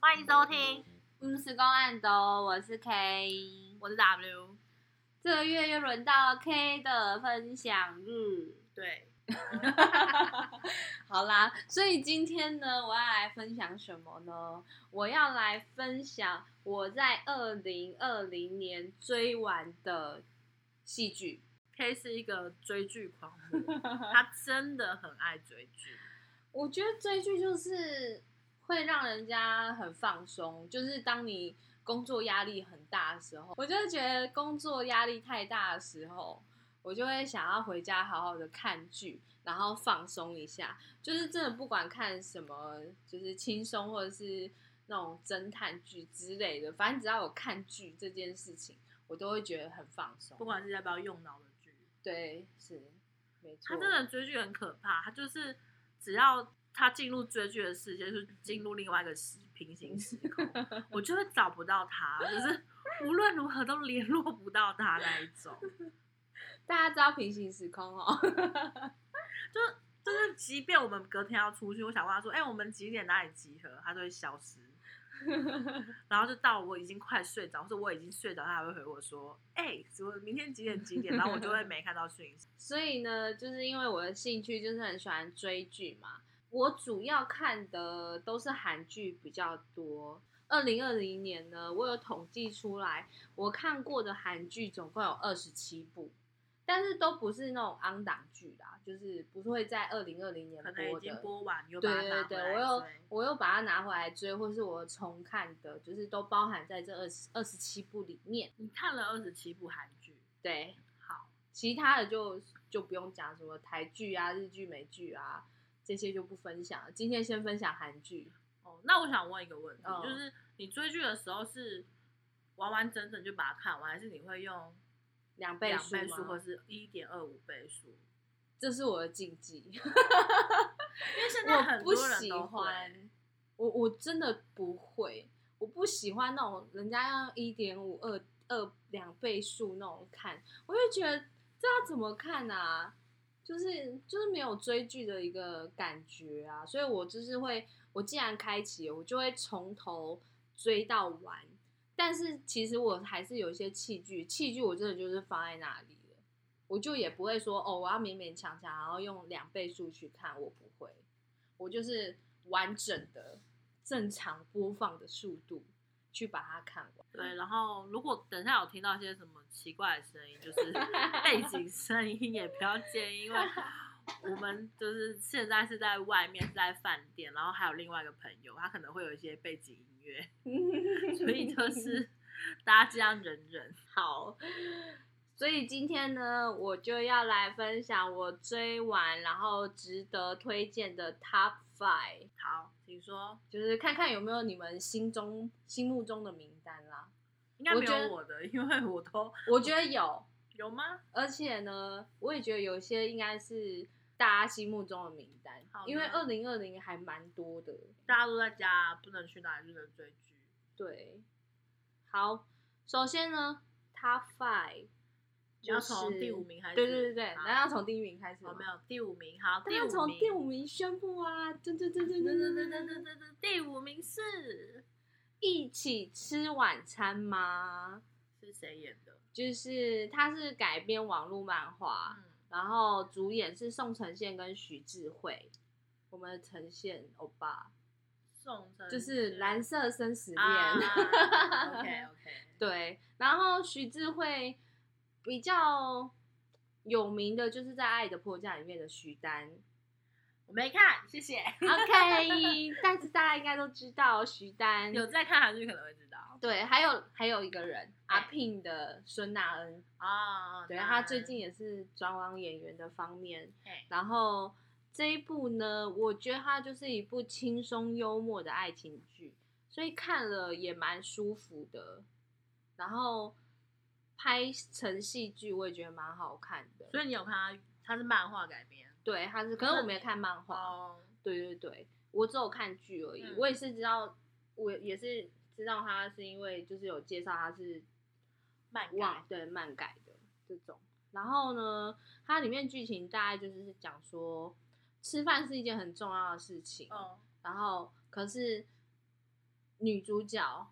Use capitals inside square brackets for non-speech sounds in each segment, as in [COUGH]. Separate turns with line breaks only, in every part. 欢迎收听，
嗯，时光暗斗，我是 K。
我是 W。
这个月又轮到 K 的分享日，
嗯对，
[LAUGHS] 好啦，所以今天呢，我要来分享什么呢？我要来分享我在二零二零年追完的戏剧。
K 是一个追剧狂魔，他真的很爱追剧。
我觉得追剧就是会让人家很放松，就是当你工作压力很大的时候，我就会觉得工作压力太大的时候，我就会想要回家好好的看剧，然后放松一下。就是真的不管看什么，就是轻松或者是那种侦探剧之类的，反正只要有看剧这件事情，我都会觉得很放松
不。管是要不要用脑的剧，
对，是没错，
他真的追剧很可怕。他就是只要他进入追剧的世界，就是进入另外一个时平行时空，我就会找不到他，就是无论如何都联络不到他那一种。
大家知道平行时空哦。 [LAUGHS]
就是即便我们隔天要出去，我想问他说：“哎、我们几点哪里集合？”他就会消失。
[LAUGHS]
然后就到我已经快睡着，或者我已经睡着，他还会回我说：“哎、什么明天几点几点？”然后我就会没看到讯息。
所以呢，就是因为我的兴趣就是很喜欢追剧嘛，我主要看的都是韩剧比较多。二零二零年呢，我有统计出来，我看过的韩剧总共有二十七部，但是都不是那种昂档剧啦，就是不是会在二零二零年
可
播
能已
的。
经播完，你又把它
对对
拿回来
对，我有
追
我有把它拿回来追，或是我重看的，就是都包含在这二十二十七部里面。
你看了二十七部韩剧，
对，
好，
其他的就就不用讲什么台剧啊、日剧、美剧啊这些就不分享了。今天先分享韩剧，
哦，那我想问一个问题，
嗯
就是你追剧的时候是完完整整就把它看完，还是你会用
两倍
两
数
倍
吗
数或是一点二五倍数？
这是我的禁忌，
因为现在
我
很
不
多人
喜
都会。
欢，我我真的不会，我不喜欢那种人家要一点五、二二两倍数那种看，我就觉得这要怎么看啊？就是就是没有追剧的一个感觉啊，所以我就是会，我既然开启了，我就会从头追到完。但是其实我还是有一些器具，器具我真的就是放在那里了，我就也不会说哦，我要勉勉强强，然后用两倍速去看，我不会，我就是完整的正常播放的速度去把它看完。
对，然后如果等一下有听到一些什么奇怪的声音，就是
[LAUGHS]
背景声音，也不要介意，因为我们就是现在是在外面，是在饭店，然后还有另外一个朋友，他可能会有一些背景音乐， [LAUGHS] 所以就是大家这样忍忍。
[LAUGHS] 好，所以今天呢，我就要来分享我追完然后值得推荐的 Top Five，
好，请说，
就是看看有没有你们心中心目中的名单啦。
应该没
我觉
有
得 [LAUGHS]
我的，因为我都
我觉得有，
[LAUGHS] 有吗？
而且呢，我也觉得有些应该是大家心目中的名单
好，的
因为二零二零还蛮多的。
大家都在家，不能去哪里，就能追剧。
对，好，首先呢，Top Five
你要
就
从
是
第五名开始？
对对对对，
好
那要从第一名开始
哦，
吗？
没有第五名，好，
大
第
家
五
从
名，
第五名宣布啊！噔噔噔噔噔噔噔
噔噔噔噔
噔
噔
噔，
噔噔，第五名是
一起吃晚餐吗？
是谁演的？
就是它是改编网络漫画，
嗯，
然后主演是宋承宪跟徐智慧，我们的呈现欧巴
宋承
就是蓝色生死恋，
啊 OK
[LAUGHS]
OK，
对，然后徐智慧比较有名的就是在《爱的迫降》里面的徐丹，
我没看，谢谢。 [LAUGHS]
OK，但是大家应该都知道徐丹，
有在看韩剧可能会知道
对，还有还有一个人
哎
阿聘的孙娜恩，
啊
对他最近也是转往演员的方面。
嘿
然后这一部呢，我觉得它就是一部轻松幽默的爱情剧，所以看了也蛮舒服的。然后拍成戏剧，我也觉得蛮好看的。
所以你有看他，他是漫画改编
对，它是，可是我没看漫画。
哦，
对对对，我只有看剧而已。
嗯
我也是知道，我也是知道他是因为就是有介绍他是
漫改啊
忘对漫改的这种。然后呢，它里面剧情大概就是讲说，
嗯
吃饭是一件很重要的事情，
哦，
然后可是女主角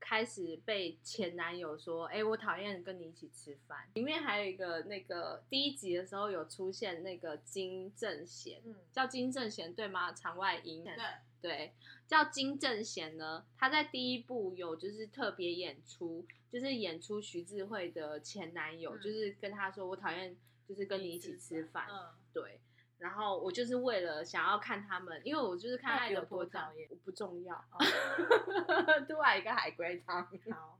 开始被前男友说：“哎、我讨厌跟你一起吃饭。”里面还有一个那个第一集的时候有出现那个金正贤，
嗯，
叫金正贤对吗？场外音
对，
对，叫金正贤呢，他在第一部有就是特别演出，就是演出徐智慧的前男友，
嗯
就是跟他说我讨厌，就是跟你一起吃饭，
嗯，
对。然后我就是为了想要看他们，因为我就是看
那
爱
有
的
多
多长
讨厌，
我不重要，
哦
[LAUGHS] 突然一个海龟汤， [LAUGHS]
好，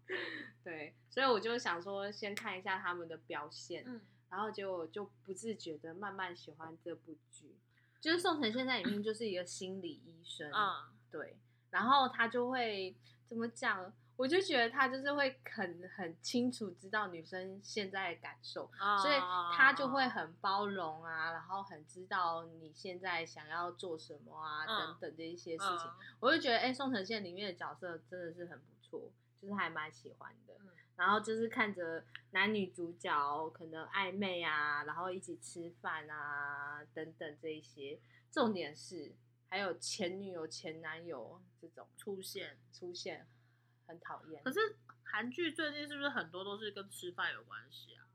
对，所以我就想说先看一下他们的表现，
嗯，
然后结果就不自觉的慢慢喜欢这部剧，就是宋晨现在里面就是一个心理医生，
嗯，
对，然后他就会怎么讲？我就觉得他就是会很很清楚知道女生现在的感受，
啊
所以他就
哦
会
嗯
很包容啊，然后很知道你现在想要做什么啊，
嗯
等等这一些
嗯
事情。我就觉得，哎、宋承宪里面的角色真的是很不错，就是还蛮喜欢的。
嗯
然后就是看着男女主角可能暧昧啊，然后一起吃饭啊等等这一些，重点是还有前女友、前男友这种
出现。
出现，很讨厌。
可是韩剧最近是不是很多都是跟吃饭有关系啊？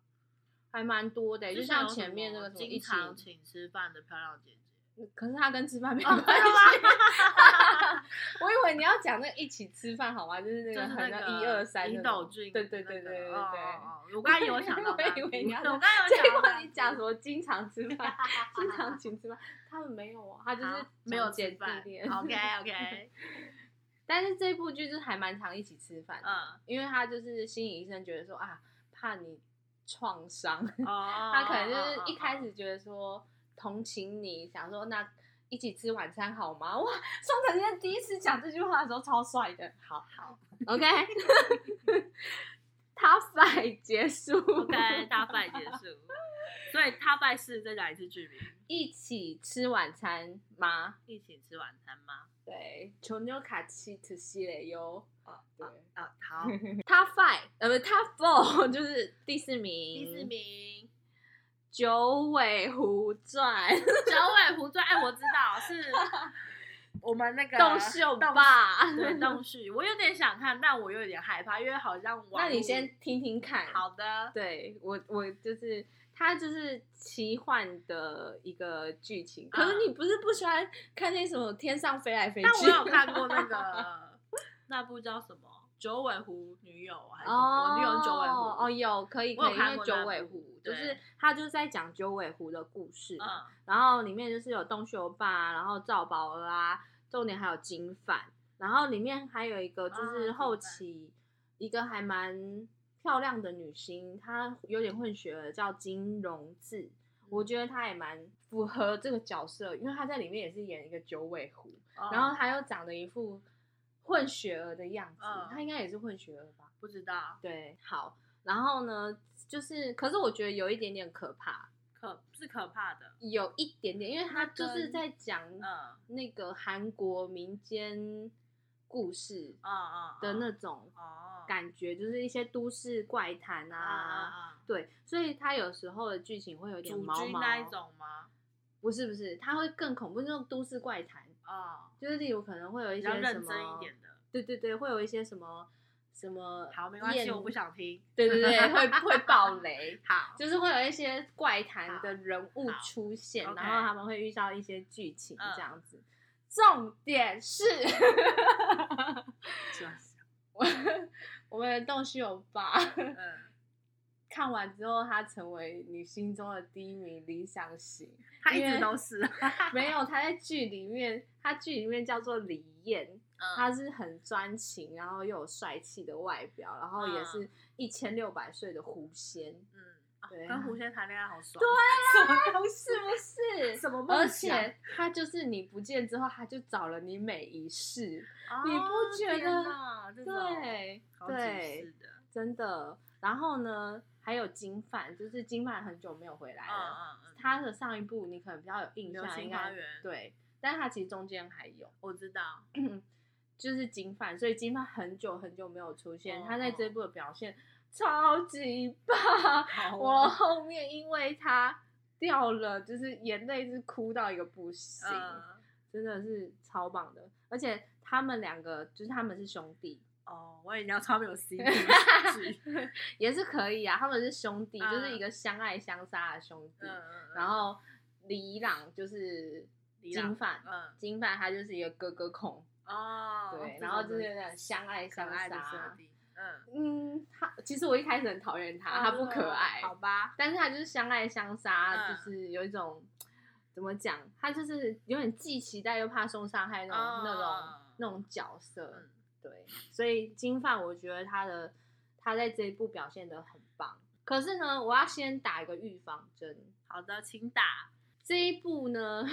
还蛮多的、欸就
之前有
像
什
前面那
么
个什么一起，
经常请吃饭的漂亮姐姐，
[LAUGHS] 可是他跟吃饭没
哦
关系。我以为你要讲那个一起吃饭好吗？就是那
就
个
是
很
那
一二三
尹斗俊，
对对对对对对。
哦
[LAUGHS]
哦哦我刚才有想到
我
那
以为
部
你要
[LAUGHS] 我刚才有
结
想
果
到，
你讲
[LAUGHS]
什么经常吃饭，经常请吃饭，他们没有啊，他就是
好没有
姐
吃
弟
饭
恋。
OK OK，
[LAUGHS] 但是这部剧就是还蛮常一起吃饭的，
嗯
因为他就是心理医生觉得说啊，怕你创伤，
哦，
[LAUGHS] 他可能就是一开
始
始觉得说同情你，想说那一起吃晚餐好吗？哇，宋承宪第一次讲这句话的时候超帅的，好好 OK，他拜结束
哦 OK 大拜结束，所以他拜是再讲一次剧名，
[LAUGHS] 一起吃晚餐吗？
一起吃晚餐吗？
对，琼妞卡奇特西嘞哟。
哦
对
啊，好，
，Top Five，呃，不，Top Four [LAUGHS] 就是第四名，
第四 [LAUGHS] 名
《九尾狐传》
九尾狐传，哎，我知道
[LAUGHS]
是我们那个
洞秀
洞
吧。
对，动视，我有点想看，但我有点害怕，因为好像
[LAUGHS]
网
那你
络
先听听看。，
好的，
对我我就是它就是奇幻的一个剧情，可是你不是不喜欢看那什么天上飞来飞去？
嗯但我有看过那个 [LAUGHS] 那部叫什么《九尾狐女友》还是什
[LAUGHS]
么
哦，
我女友九尾狐
哦，有可以
我有
可以，因
看
为
过
九
那
尾
部
狐就是
对
它就是在讲九尾狐的故事嘛，
嗯
然后里面就是有洞穴欧巴啊，然后赵宝儿啊，重点还有金范，然后里面还有一个就是
啊
后
金范
期一个还蛮漂亮的女星，她有点混血儿，叫金融智。我
嗯
觉得她也蛮符合这个角色，因为她在里面也是演一个九尾狐，
哦
然后她又长得一副混血儿的样子，
嗯
她应该也是混血儿吧？
不知道
对，好，然后呢，就是可是我觉得有一点点可怕，
可是可怕的，
有一点点，因为他就是
跟
在讲
嗯
那个韩国民间故事
嗯嗯
的那种
哦
感觉，就是一些都市怪谈
啊啊
啊，
啊，
对，所以他有时候的剧情会有点
主
毛
君
毛。
那一种吗？
不是不是，他会更恐怖，那种都市怪谈，
哦，
就是例如可能会有一
比
些
较
什
认
么，
真一点的。
对对对，会有一些什么什么，
好，没关系，
厌
我不想听。
对对对，会会爆雷，
[LAUGHS] 好，
就是会有一些怪谈
好
的人物
好
出现，然
OK
后他们会遇到一些剧情
嗯
这样子。重点是， [LAUGHS]
就是
我我们的洞虚有八
嗯，
[LAUGHS] 看完之后，他成为你心中的第一名理想型。
他一
因为
直都是，啊 [LAUGHS]
没有，他在剧里面，他剧里面叫做李艳，
他
他是很专情，然后又有帅气的外表，然后也
嗯
是一千六百岁的狐仙，
嗯，啊
对
跟狐仙谈恋爱好爽。对啊，什么东西
是？ [LAUGHS] 不是？
[LAUGHS] 什么
而
梦想？
且他就是你不见之后，他就找了你每一世，
你
不觉得对
对
对，
的，
真的。然后呢，还有金范，就是金范很久没有回来
嗯
了。
嗯嗯，
他的上一部你可能比较有印
流
象，应
星花
该
园，，
对，但他其实中间还有，
我知
[LAUGHS]
道，
就是金范，所以金范很久很久没有出现，
哦
他在
哦
这部的表现超级棒。
好哦
我后面因为他掉了，就是眼泪是哭到一个不行。
嗯
真的是超棒的。而且他们两个就是他们是兄弟，
哦，我以为你要超没
[LAUGHS]
有 CP 的剧
也是可以啊，他们是兄弟，
嗯
就是一个相爱相杀的兄弟。
嗯嗯，
然后李朗就是
李朗
金范，
嗯
金范他就是一个哥哥控，
哦，
对，
这
然后
种
就是
的
有点相爱
可
相
爱的设
杀。
定，嗯，
嗯，他其实我一开始很讨厌他，他不可爱，
好吧，
但是他就是相爱相杀，
嗯
就是有一种怎么讲，他就是有点既期待又怕受伤害那种、那种
哦
那种角色。
嗯
对，所以金范我觉得他的他在这一部表现的很棒。可是呢，我要先打一个预防针。
好的，请打，
这一部
[LAUGHS]
呢，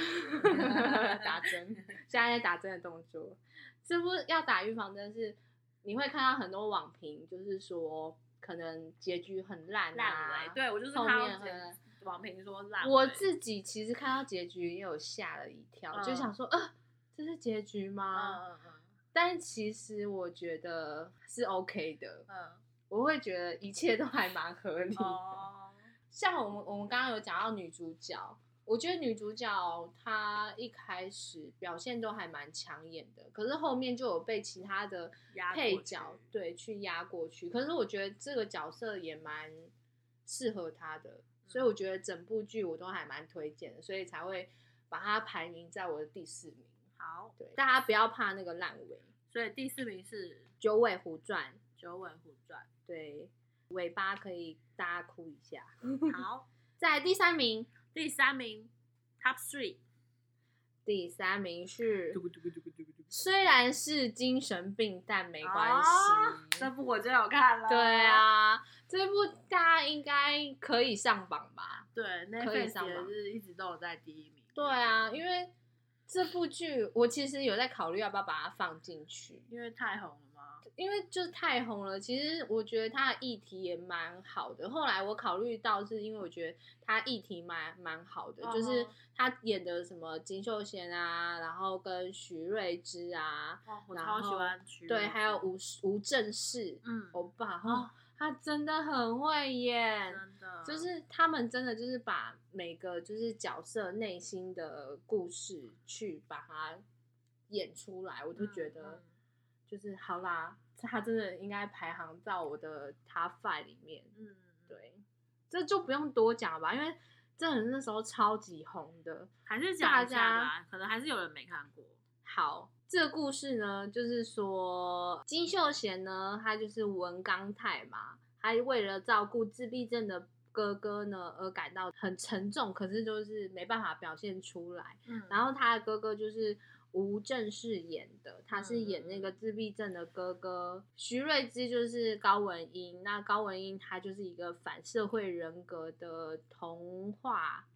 打针， [LAUGHS] 现在在打针的动作。这部要打预防针是，你会看到很多网评，就是说可能结局很烂、啊，
烂尾，对我就是
后
看到
面
这
很
网评说烂尾，
我自己其实看到结局也有吓了一跳，
嗯
就想说，呃，这是结局
嗯
吗？
嗯嗯
但其实我觉得是 OK 的，
嗯
我会觉得一切都还蛮合理
嗯，
的。
哦，
像我们我们刚刚有讲到女主角，我觉得女主角她一开始表现都还蛮抢眼的，可是后面就有被其他的
压过
配
去
角对去压过去。可是我觉得这个角色也蛮适合他的，所以
嗯
我觉得整部剧我都还蛮推荐的，所以才会把它排名在我的第四名。
好，
对，大家不要怕那个烂尾，《
所以第四名是《
九尾狐传》
九尾狐
[LAUGHS]
传
对尾巴可以大家哭一下。》，
好，
在第三名，
第三名 Top Three，
第三名是
嘟咕嘟咕嘟咕嘟咕嘟
虽然是精神病，但没
没
关系。
哦这部我就有看了，
对，啊，这部大家应该可以上榜吧？
对，那
可以
份
上
也
榜
是一直都有在第一名，
对啊，因为这部剧我其实有在考虑要不要把它放进去，
因为太红了嘛，
因为就是太红了。其实我觉得它的议题也蛮好的。后来我考虑到，是因为我觉得它议题蛮蛮好的，就是
哦
他演的什么金秀贤啊，然后跟徐瑞芝啊，
哦，我
然
超喜
后
欢去，
对，还有吴吴正式，
嗯，
欧巴哦，他真的很会演，
真的
就是他们真的就是把每个就是角色内心的故事去把它演出来，我就觉
嗯
得
嗯
就是好啦，他真的应该排行到我的 top five 里面。
嗯，嗯，
对，这就不用多讲了吧，因为这人那时候超级红的。
还是讲一
大
下
家
吧，可能还是有人没看过，
好，这个故事呢，就是说金秀贤呢，他就是文刚泰嘛，他为了照顾自闭症的哥哥呢，而感到很沉重，可是就是没办法表现出来。
嗯
然后他的哥哥就是吴正饰演的，他是
嗯
演那个自闭症的哥哥。徐瑞芝就是高文英，那高文英她就是一个反社会人格的童话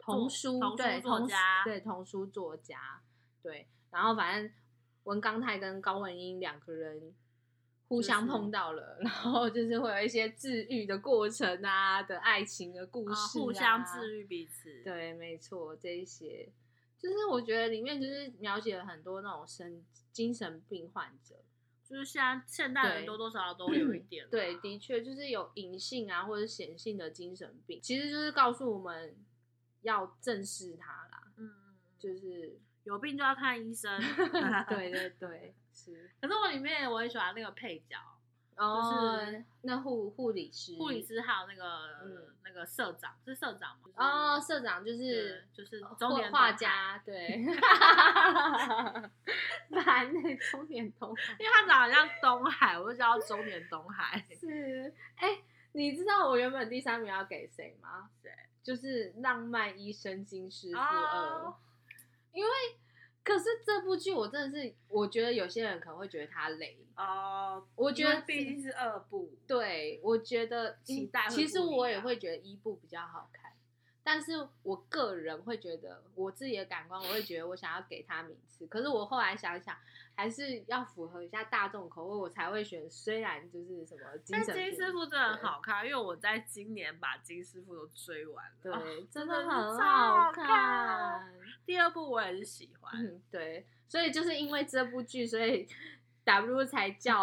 童书
童书
对
作
童书
家
对童书作家对，然后反正文刚泰跟高文英两个人。互
就是
相碰到了，然后就是会有一些治愈的过程啊的爱情的故
呃
事、啊
互相治愈彼此，，
对，没错，这一些就是我觉得里面就是描写了很多那种神精神病患者，
就是现在现代人
对
多多少少都有
[CLEARS THROAT]
一点啦，
对，的确就是有隐性啊或者显性的精神病，其实就是告诉我们要正视它啦，
嗯，嗯，
就
嗯 [LAUGHS]
是啊
有病就要看
[LAUGHS]
医生， [LAUGHS]
对对对，是
可是我里面我很喜欢那个配角，
哦，那护护理师，
护理师还有那个、
嗯
那个社长，是社长吗？就是
哦，，社长就是
对，就是中
画
年
画
动态，
家，
[LAUGHS]
对， [LAUGHS] 男的中年头发。
因为他长得像东海，我就叫他中年东
[LAUGHS]
海。
是，哎、你知道我原本第三名要给谁吗？
谁？
就是《浪漫医生金师傅二》
哦
因为可是这部剧我真的是，我觉得有些人可能会觉得它累，
哦，
我觉
因为
得
毕竟是二部，
对，我觉得
期
嗯
待会
其实
不一
我也
样
会觉得一部比较好看，但是我个人会觉得我自己的感官，我会觉得我想要给它名次。可是我后来想一想，还是要符合一下大众口味，我才会选。虽然就是什么精
但
神
金
病
师傅真的很
对
好看，因为我在今年把金师傅都追完了。
对，
哦
啊真
的
的
是
很
超好
好
看
看。
第二部我也是喜欢，
嗯，对，所以就是因为这部剧，所以 [LAUGHS] W 才
[LAUGHS]
叫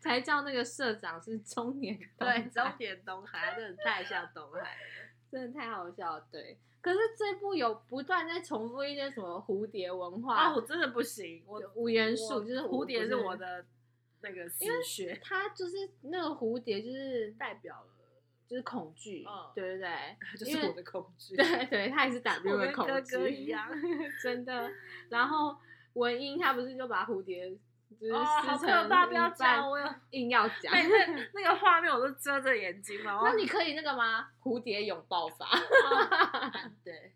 才叫那个社长是中年东海
对，中田东海，他真的太像东海了。
[LAUGHS] 真的太好笑了。对，可是这部有不断在重复一些什么蝴蝶文化、
啊，我真的不行，我
五元
我
素，就是
蝴蝶是我
的。
的那个死
因为
穴，
它就是那个蝴蝶，就是
代表了
就是恐惧，
嗯
对对对，
就是
因为
我的恐惧。
对对，它也是 W
我
的
跟
恐
哥
惧，
哥一样 [LAUGHS]
真的。然后文英她不是就把蝴蝶就是
哦，好
撕成
可怕！不要
一半 [LAUGHS]
讲，，我有
硬要讲。
那那那个画面，我都遮着眼睛了。 [LAUGHS]
那你可以那个吗？蝴蝶拥抱法。
哦对，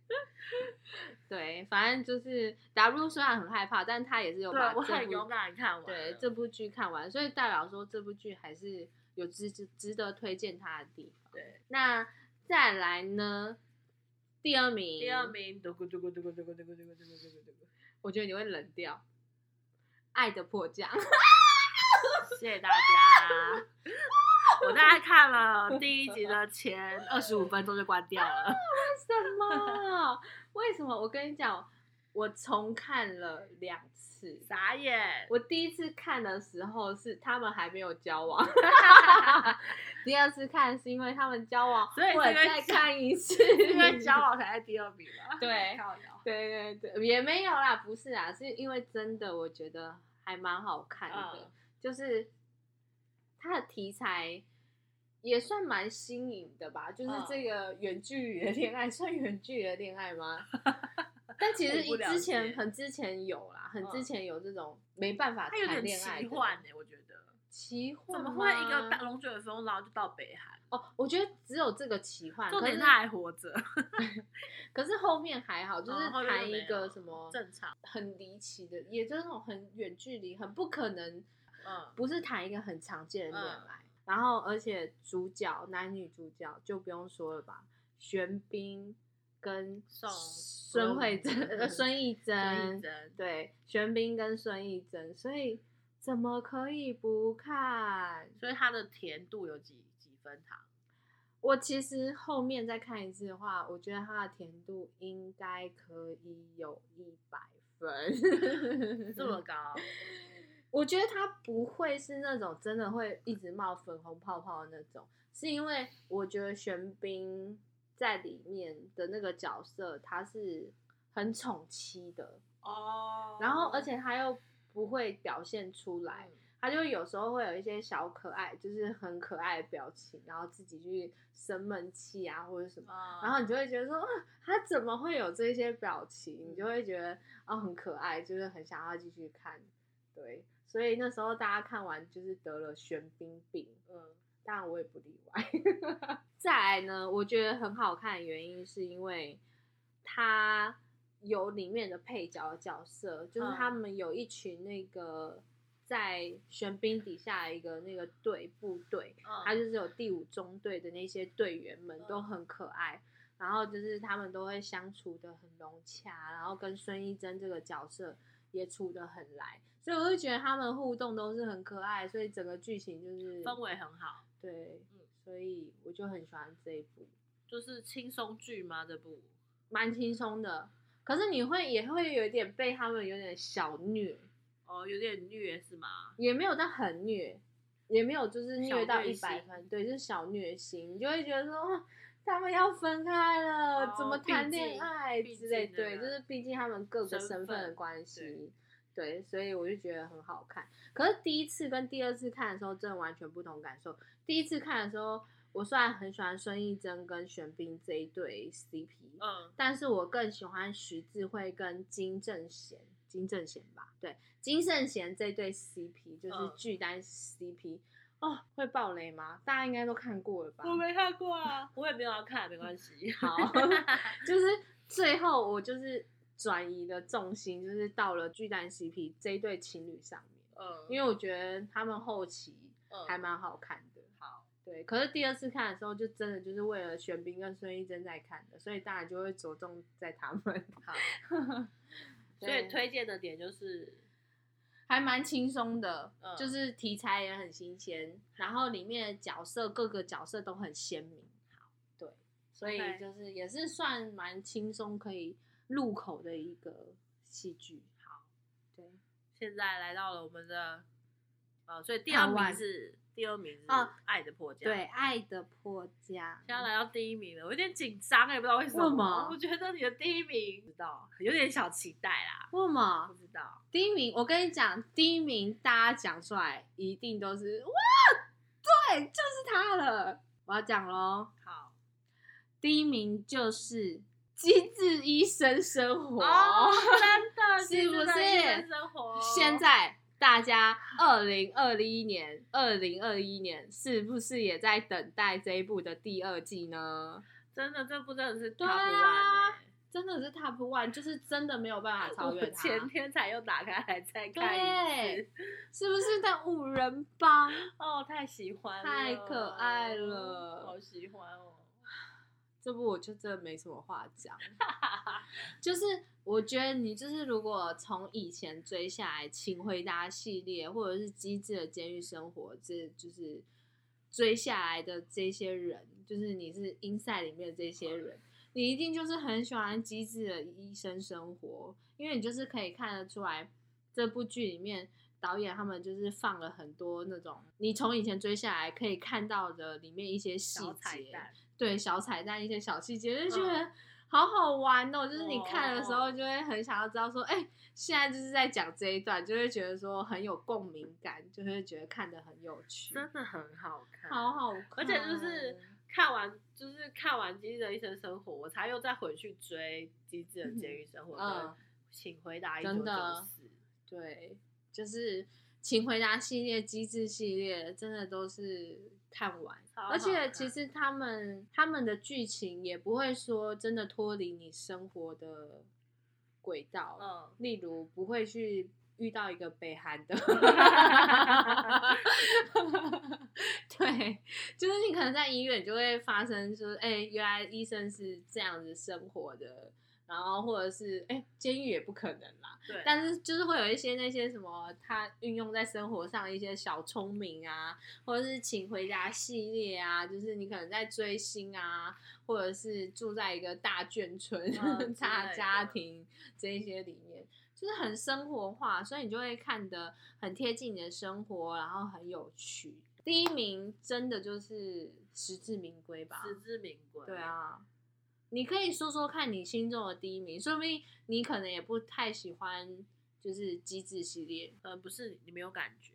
[LAUGHS] 对，反正就是 W 虽然很害怕，但他也是有
对
把
我
这
很勇
部
敢地看完了。
对这部剧看完，所以代表说这部剧还是有值值值得推荐它的地方。
对
那再来呢？第二名，
第二，名，嘟咕嘟咕嘟咕嘟咕嘟咕嘟咕嘟咕嘟咕嘟咕。
我觉得你会冷掉，《爱的迫降》
谢谢大家。 [LAUGHS] 我大概看了第一集的前二十五分钟就关掉了。 [LAUGHS]
什么？为什么？我跟你讲，我重看了两次。
傻眼，
我第一次看的时候是他们还没有交往， [LAUGHS] 第二次看是因为他们交往，
所以是因
我
为
再看一次，
[LAUGHS] 因为交往才在第二名嘛。
对
靠腰
对对对，也没有啦，不是啊，是因为真的我觉得还蛮好看的，
嗯
就是它的题材也算蛮新颖的吧，就是
嗯
这个远距离的恋爱， [LAUGHS] 算远距离的恋爱
[LAUGHS]
吗？但其实
我不了
之前
解
很之前有啦，很之
嗯
前有这种没办法
它有
谈
点
恋爱
奇
的，
幻欸呢、我觉得。
奇幻
怎么会一个
吗
大龙卷风，然后就到北韩？
哦？我觉得只有这个奇幻，
重
可
点
是
他还活着， [LAUGHS]
可是后面还好，就是
嗯后面就
谈
没
一个
有
什么
正常。
很离奇的，也就是那种很远距离、很不可能，
嗯，
不是谈一个很常见的恋爱。然后，而且主角男女主角就不用说了吧，玄彬跟
宋
孙慧珍、呃孙
[LAUGHS]
艺珍
真，真
对，玄彬跟孙艺珍，所以怎么可以不看？
所以它的甜度有几几分糖？
我其实后面再看一次的话，我觉得它的甜度应该可以有一百分。
[LAUGHS] 这么高？
我觉得它不会是那种真的会一直冒粉红泡泡的那种，是因为我觉得玄彬在里面的那个角色他是很宠妻的，
哦
然后而且他又不会表现出来，
嗯
他就有时候会有一些小可爱，就是很可爱的表情，然后自己去生闷气啊或者什么。
嗯
然后你就会觉得说，啊，他怎么会有这些表情？你就会觉得哦，很可爱，就是很想要继续看。对，所以那时候大家看完就是得了玄彬病，嗯，当然我也不例外。 [LAUGHS] 再来呢，我觉得很好看的原因是因为它有里面的配角的角色，就是他们有一群那个在玄彬底下的一个那个队部队，他
嗯
就是有第五中队的那些队员们都很可爱，然后就是他们都会相处的很融洽，然后跟孙艺珍这个角色也处的很来，所以我就觉得他们互动都是很可爱，所以整个剧情就是
氛围很好，
对
嗯，
所以我就很喜欢这一部，
就是轻松剧吗？这部
蛮轻松的，可是你会也会有一点被他们有点小虐，
哦，有点虐是吗？
也没有到很虐，也没有就是虐到
小虐
一
心
百分，对，就是小虐心，你就会觉得说，哦他们要分开了，
哦
怎么谈恋爱
毕竟
之类，
毕竟那
对，
个
就是毕竟他们各个身
身
份
份
的关系，对，所以我就觉得很好看。可是第一次跟第二次看的时候，真的完全不同感受。第一次看的时候，我虽然很喜欢孙艺珍跟玄彬这一对 CP，
嗯，
但是我更喜欢徐智慧跟金正贤，金正贤吧，对，金正贤这对 CP 就是
嗯
巨单 CP、哦，会爆雷吗？大家应该都看过了吧？
我没看过啊，我也没有要看，没关 [LAUGHS] 系。
好，就是最后我就是转移的重心，就是到了巨蛋 CP 这一对情侣上面，
嗯，
因为我觉得他们后期
嗯
还蛮好看的。
好，
对，可是第二次看的时候，就真的就是为了玄彬跟孙艺珍在看的，所以当然就会着重在他们。
好，所
对 [LAUGHS]
以推荐的点就是
还蛮轻松的，
嗯
就是题材也很新鲜，然后里面的角色各个角色都很鲜明。好，对，所以
OK
就是也是算蛮轻松可以入口的一个戏剧。好，对，
现在来到了我们的呃，所以第
台
二名
湾
是第二名是《
哦
爱的迫降》
对，《爱的迫降
现》在来到第一名了，我有点紧张哎，不知道为什么。
为什么
我觉得你的第一名，不知道，有点小期待啦。
为什
不
么
知道，
第一名？我跟你讲，第一名大家讲出来一定都是哇，对，就是他了。我要讲喽，
好。
第一名就是《机智医生生活》
哦，真的，
是
其实
不
真的
是
一生生活？
现在大家二零二一年、二零二一年是不是也在等待这一部的第二季呢？
真的这部真的是
对
top
啊
one 欸
真的是 top one，就是真的没有办法超
我
越它，
前天才又打开来再看一次，
是不是在五人帮？
哦，太喜欢了，
太可爱了
好喜欢哦。
这部我就真的没什么话
[LAUGHS]
讲，就是我觉得你就是如果从以前追下来《请回答》系列，或者是《机智的监狱生活》，这就是追下来的这些人，就是你是 inside 里面的这些人，你一定就是很喜欢《机智的医生生活》，因为你就是可以看得出来这部剧里面。导演他们就是放了很多那种你从以前追下来可以看到的里面一些细
小彩
节，
蛋，
对小彩蛋一些小细节，就觉
嗯
得好好玩哦。就是你
哦
看的时候，就会很想要知道说，哎、现在就是在讲这一段，就会觉得说很有共鸣感，就会觉得看的很有趣，
真的很好看，
好好看。
而且就是看完，就是看完《机智的一生生活》，我才又再回去追《机智的监狱生活》跟
嗯
《请回答一九
真
九
的
四》。
对，就是《请回答》系列、《机智》系列，真的都是看完。
超
而
好
且
看
其实他们他们的剧情也不会说真的脱离你生活的轨道，
嗯，
例如不会去遇到一个北韩的，对，就是你可能在医院就会发生说，哎、原来医生是这样子生活的，然后或者是哎，监、狱也不可能啦，
对，啊
但是就是会有一些那些什么，他运用在生活上的一些小聪明啊，或者是请回答系列啊，就是你可能在追星啊，或者是住在一个大眷村、
嗯之类
[LAUGHS] 大
的
家庭这一些里面，就是很生活化，所以你就会看得很贴近你的生活，然后很有趣。第一名真的就是实至名归吧，
实至名归。
对，啊，你可以说说看你心中的第一名，说不定你可能也不太喜欢，就是机智系列，
可嗯能不是你没有感觉，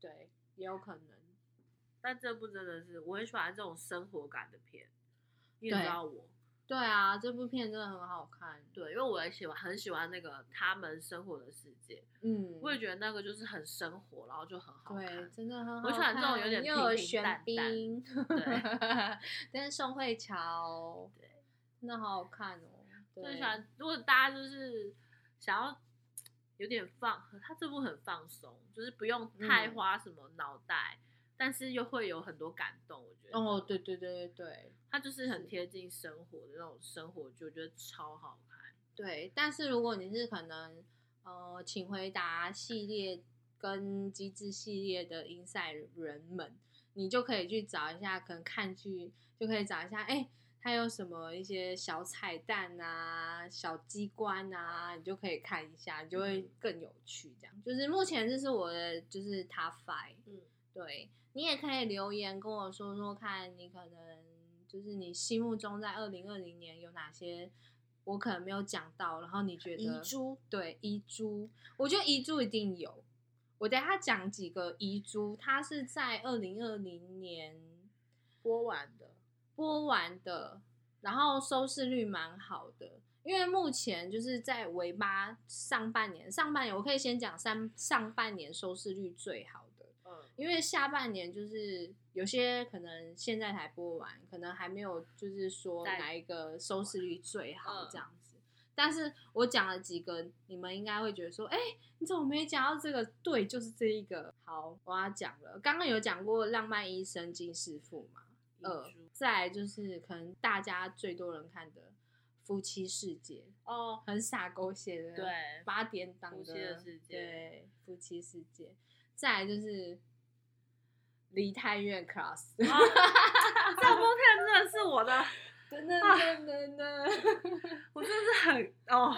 对，也有可能。
但这部真的是我很喜欢这种生活感的片，你也知
对
道我。
对啊，这部片真的很好看。，
对，因为我也喜欢很喜欢那个他们生活的世界，
嗯，
我也觉得那个就是很生活，然后就很好
对， [LAUGHS]
看。
真的很好看。
我喜欢这种有点
又
平
有
平
玄
淡淡
彬， [LAUGHS] 但是宋慧乔，
对，
真的好好看哦。
就
对
喜欢，如果大家就是想要有点放，他这部很放松，就是不用太
嗯
花什么脑袋，但是又会有很多感动。我觉得，
哦，，对对对对对
它就是很
是
贴近生活的那种生活剧，我觉得超好看。
对，但是如果你是可能呃，请回答系列跟机智系列的 inside 人们，你就可以去找一下，可能看剧就可以找一下，哎、它有什么一些小彩蛋啊、小机关啊，你就可以看一下，你就会
嗯
更有趣。这样，就是目前这是我的就是 top five，
嗯，
对你也可以留言跟我说说看，你可能就是你心目中在二零二零年有哪些我可能没有讲到，然后你觉得
遗珠
对遗珠，我觉得遗珠一定有。我等一下讲几个遗珠，它是在二零二零年
播完的，
播完的，然后收视率蛮好的。因为目前就是在尾巴上半年，上半年我可以先讲上上半年收视率最好的，
嗯，
因为下半年就是有些可能现在才播完，可能还没有就是说
在
哪一个收视率最好
嗯
这样子。但是我讲了几个，你们应该会觉得说，哎、你怎么没讲到这个？对，就是这一个。好，我要讲了。刚刚有讲过《浪漫医生金师傅》嘛，
遗
呃
珠，
再来就是可能大家最多人看的《夫妻世界
哦》，，
很傻狗血的，
对，
八点档
夫妻的世界
对，夫妻世界。再来就是
[LAUGHS]
梨泰院 class， [LAUGHS]
啊这部片真的是我的
噔噔噔噔 [LAUGHS] 噔。
我真的是很哦，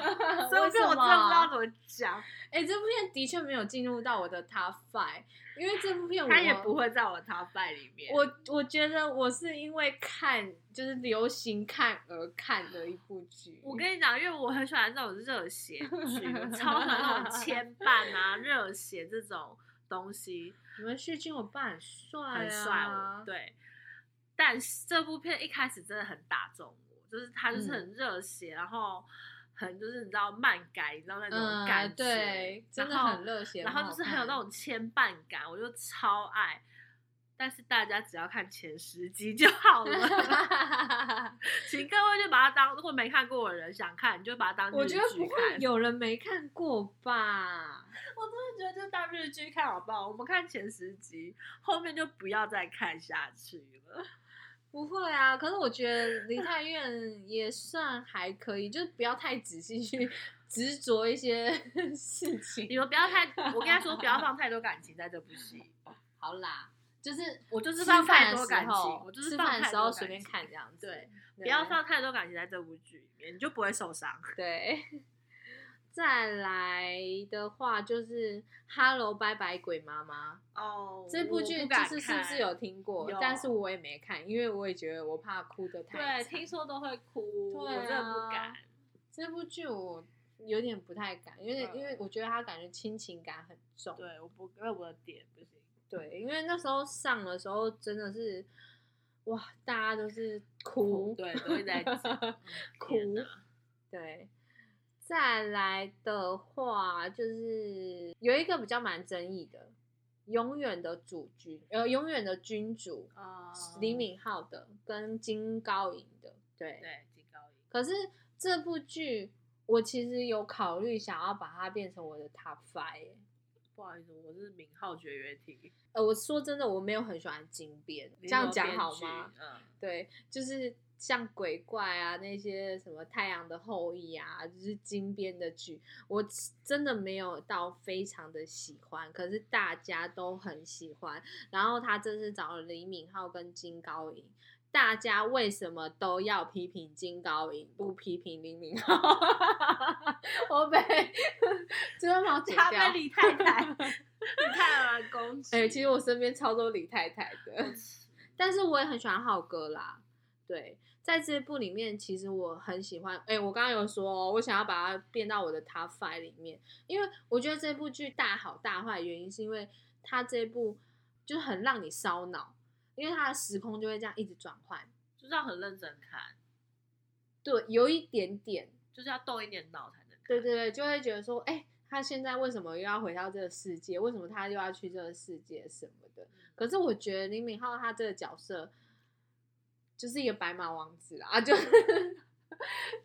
所以我
为
真
什
的我真的不知道
么？
怎么讲，
哎、这部片的确没有进入到我的 top five，因为这部片我
他也不会在我的 top five 里面。
我我觉得我是因为看就是流行看而看的一部剧。
我跟你讲，因为我很喜欢这种热血剧，我超喜欢那种牵
[LAUGHS]
绊啊、热血这种东西，
你们旭君我爸很帅、啊，
很帅我。对，但是这部片一开始真的很打中我，就是它就
嗯
是很热血，然后很就是你知道漫改，你知道那种
嗯，
感觉，
对，真的
然后
很热血，
然后就是很有那
好看。
种牵绊感，我就超爱。但是大家只要看前十集就好了， [LAUGHS]
[LAUGHS]
请各位就把它当，如果没看过的人想看，你就把它当
我
日
觉得
剧
不
看
会有人没看过吧？
我真的觉得就当日剧看好不好？我们看前十集，后面就不要再看下去了。
不会啊，可是我觉得
[LAUGHS]
梨泰院也算还可以，就是不要太仔细去 [LAUGHS] 执着一些 [LAUGHS] 事
你
情。
们不要太，我跟他说不要放太多感情在这部 [LAUGHS] 戏，
好啦，就是
我就是
吃
放太
饭
多
的
感
时
情，
候，
我就是
吃
放
饭的
太
时
多
候
感
随便
情
看这样子，
对，不要放太多感情在这部剧里面，你就不会受伤。
对。 [LAUGHS] 再来的话就是《Hello 拜拜鬼妈妈》
哦
这部剧，就是是不是有听过
有？
但是我也没看，因为我也觉得我怕哭的太
对，
惨
听说都会哭，
对
我真的不
啊
敢。
这部剧我有点不太敢，因为、
嗯
因为我觉得他感觉亲情感很重。
对，我不，因为我的点不行。
对，因为那时候上的时候真的是，哇，大家都是哭，
对，都会在讲
[LAUGHS] 哭。对，再来的话就是有一个比较蛮争议的，永远的主君，呃，永远的君主，
啊，
李敏镐的跟金高银的，对。
对金高银。
可是这部剧，我其实有考虑想要把它变成我的 top five 耶、
不好意思，我是名号绝缘体。
呃，我说真的，我没有很喜欢金边，这样讲好吗？？
嗯，
对，就是像鬼怪啊那些什么《太阳的后裔》啊，就是金边的剧，我真的没有到非常的喜欢，可是大家都很喜欢。然后他这次找了李敏镐跟金高银，大家为什么都要批评金高银，不批评李敏镐？ [LAUGHS] 我被 [LAUGHS] 真的毛剪
他
掉
被。李太
[LAUGHS]
太，李太太攻击。
哎、其实
[LAUGHS]
我身边超多李太太的。但是我也很喜欢浩哥啦。对，在这部里面，其实我很喜欢。哎、我刚刚有说哦、我想要把它变到我的 top five 里面，因为我觉得这部剧大好大坏，原因是因为它这部就是很让你烧脑，因为它的时空就会这样一直转换。
就是要很认真看，
对，有一点点，
就是要动一点脑才能看。
对对对，就会觉得说，哎、他现在为什么又要回到这个世界？为什么他又要去这个世界什么的？可是我觉得林敏镐他这个角色就是一个白马王子啦， [LAUGHS] 啊就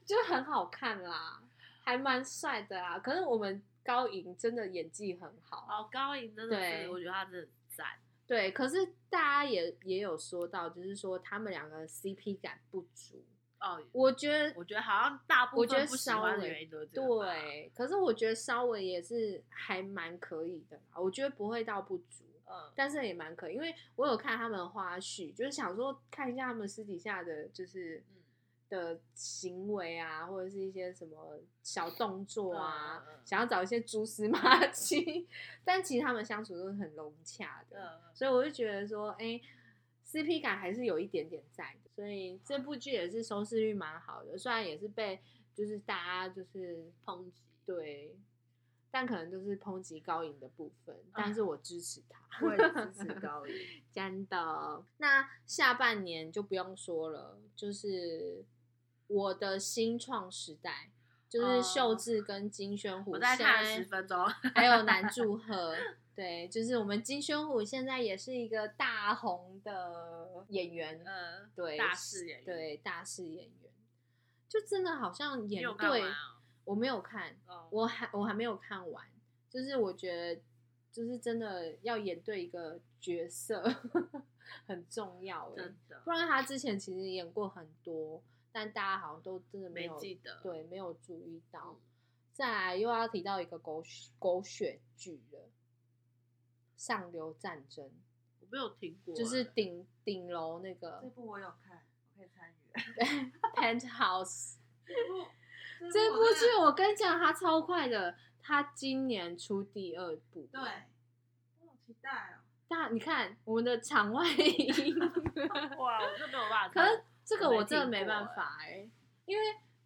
就很好看啦，还蛮帅的啦。可是我们高银真的演技很好，
哦，高颖真的是，
对
我觉得他真的赞。
对。可是大家也也有说到，就是说他们两个 CP 感不足，
哦，
我觉得
我觉得好像大部
我觉
分
得
不喜
稍
欢的
微
原因都是这个吧。
对，可是我觉得稍微也是还蛮可以的啦，我觉得不会到不足，
嗯，
但是也蛮可以，因为我有看他们的花絮，就是想说看一下他们私底下的就是
嗯
的行为啊，或者是一些什么小动作啊，
嗯嗯嗯
想要找一些蛛丝马 [LAUGHS] 迹，但其实他们相处都是很融洽的，
嗯，
所以我就觉得说，哎、c p 感还是有一点点在的，所以这部剧也是收视率蛮好的，虽然也是被就是大家就是
抨击。
对，但可能就是抨击高颖的部分，但是我支持他，
啊我也支持
[LAUGHS]
高颖，
真的。那下半年就不用说了，就是我的新创时代，就是秀
哦
智跟金宣虎，
我再
现
看
在
十分钟。
还
[LAUGHS]
有南柱赫，对，就是我们金宣虎现在也是一个大红的演员，
嗯，
对，
大势演员。，
对，大势演员，就真的好像
你
演
有看
对
完，啊
我没有看，
哦？
我还我还没有看完，就是我觉得就是真的要演对一个角色 [LAUGHS] 很重要欸，
真的
不然他之前其实演过很多，但大家好像都真的
没
有
记得。
对，没有注意到
嗯。
再来又要提到一个狗血狗血剧了，《上流战争
我没有听过》，
[LAUGHS]
欸，
就是顶顶楼那个
这部我有看，可以参
[LAUGHS]
与。
Penthouse
这
这部剧，我跟你讲，它超快的，它今年出第二部。
对，我好期待哦
大你看我们的场外音，
哇，我真的没有办法看。
可是这个
我没
我真的
听
没
过
办
欸
法哎、因为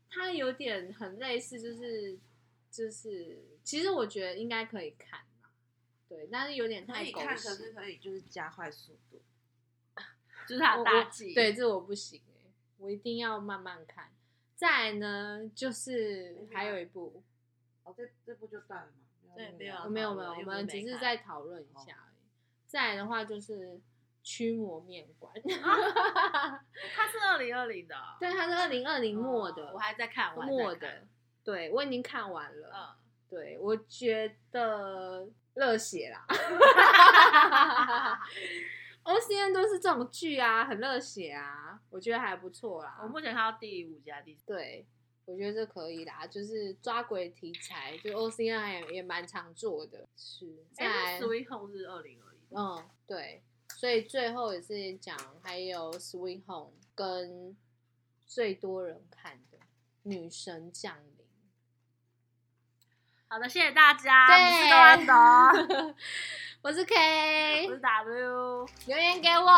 它有点很类似，就是就是，其实我觉得应该可以看啦，对，但是有点
哦，可
太
以
狗
看，可是
血。
可以就是加快速度。
[LAUGHS] 就是他
我
的
我
大忌，
对，这我不行哎、我一定要慢慢看。再来呢，就是还有一部，
哦，这这部就断了吗？
对没有
我
要
没有没有，
讨论
我
因为
们
我
只
没
是
看哦
在讨论一下而已。再来的话就是驱魔面
[LAUGHS]
馆，
他是二零二零的哦，
对，它是二零二零末
哦
的，
我还在看，我还在
末
看
的，，对我已经看完了。
嗯，
对，我觉得热血
[LAUGHS]
啦。O C N 都是这种剧啊，很热血啊，我觉得还不错啦
我。目前看到第五集还是啊第
对，我觉得这可以啦，就是抓鬼题材，就 O C N 也也蛮常做的。是，再
哎，
来
那，Sweet Home 是二零二一，
嗯，对，所以最后也是讲还有 Swing Home 跟最多人看的《女神降临》。
好的，谢谢大家，我是
对
[LAUGHS] 高兰德，
我是 K，
啊我是 W。
留言给我。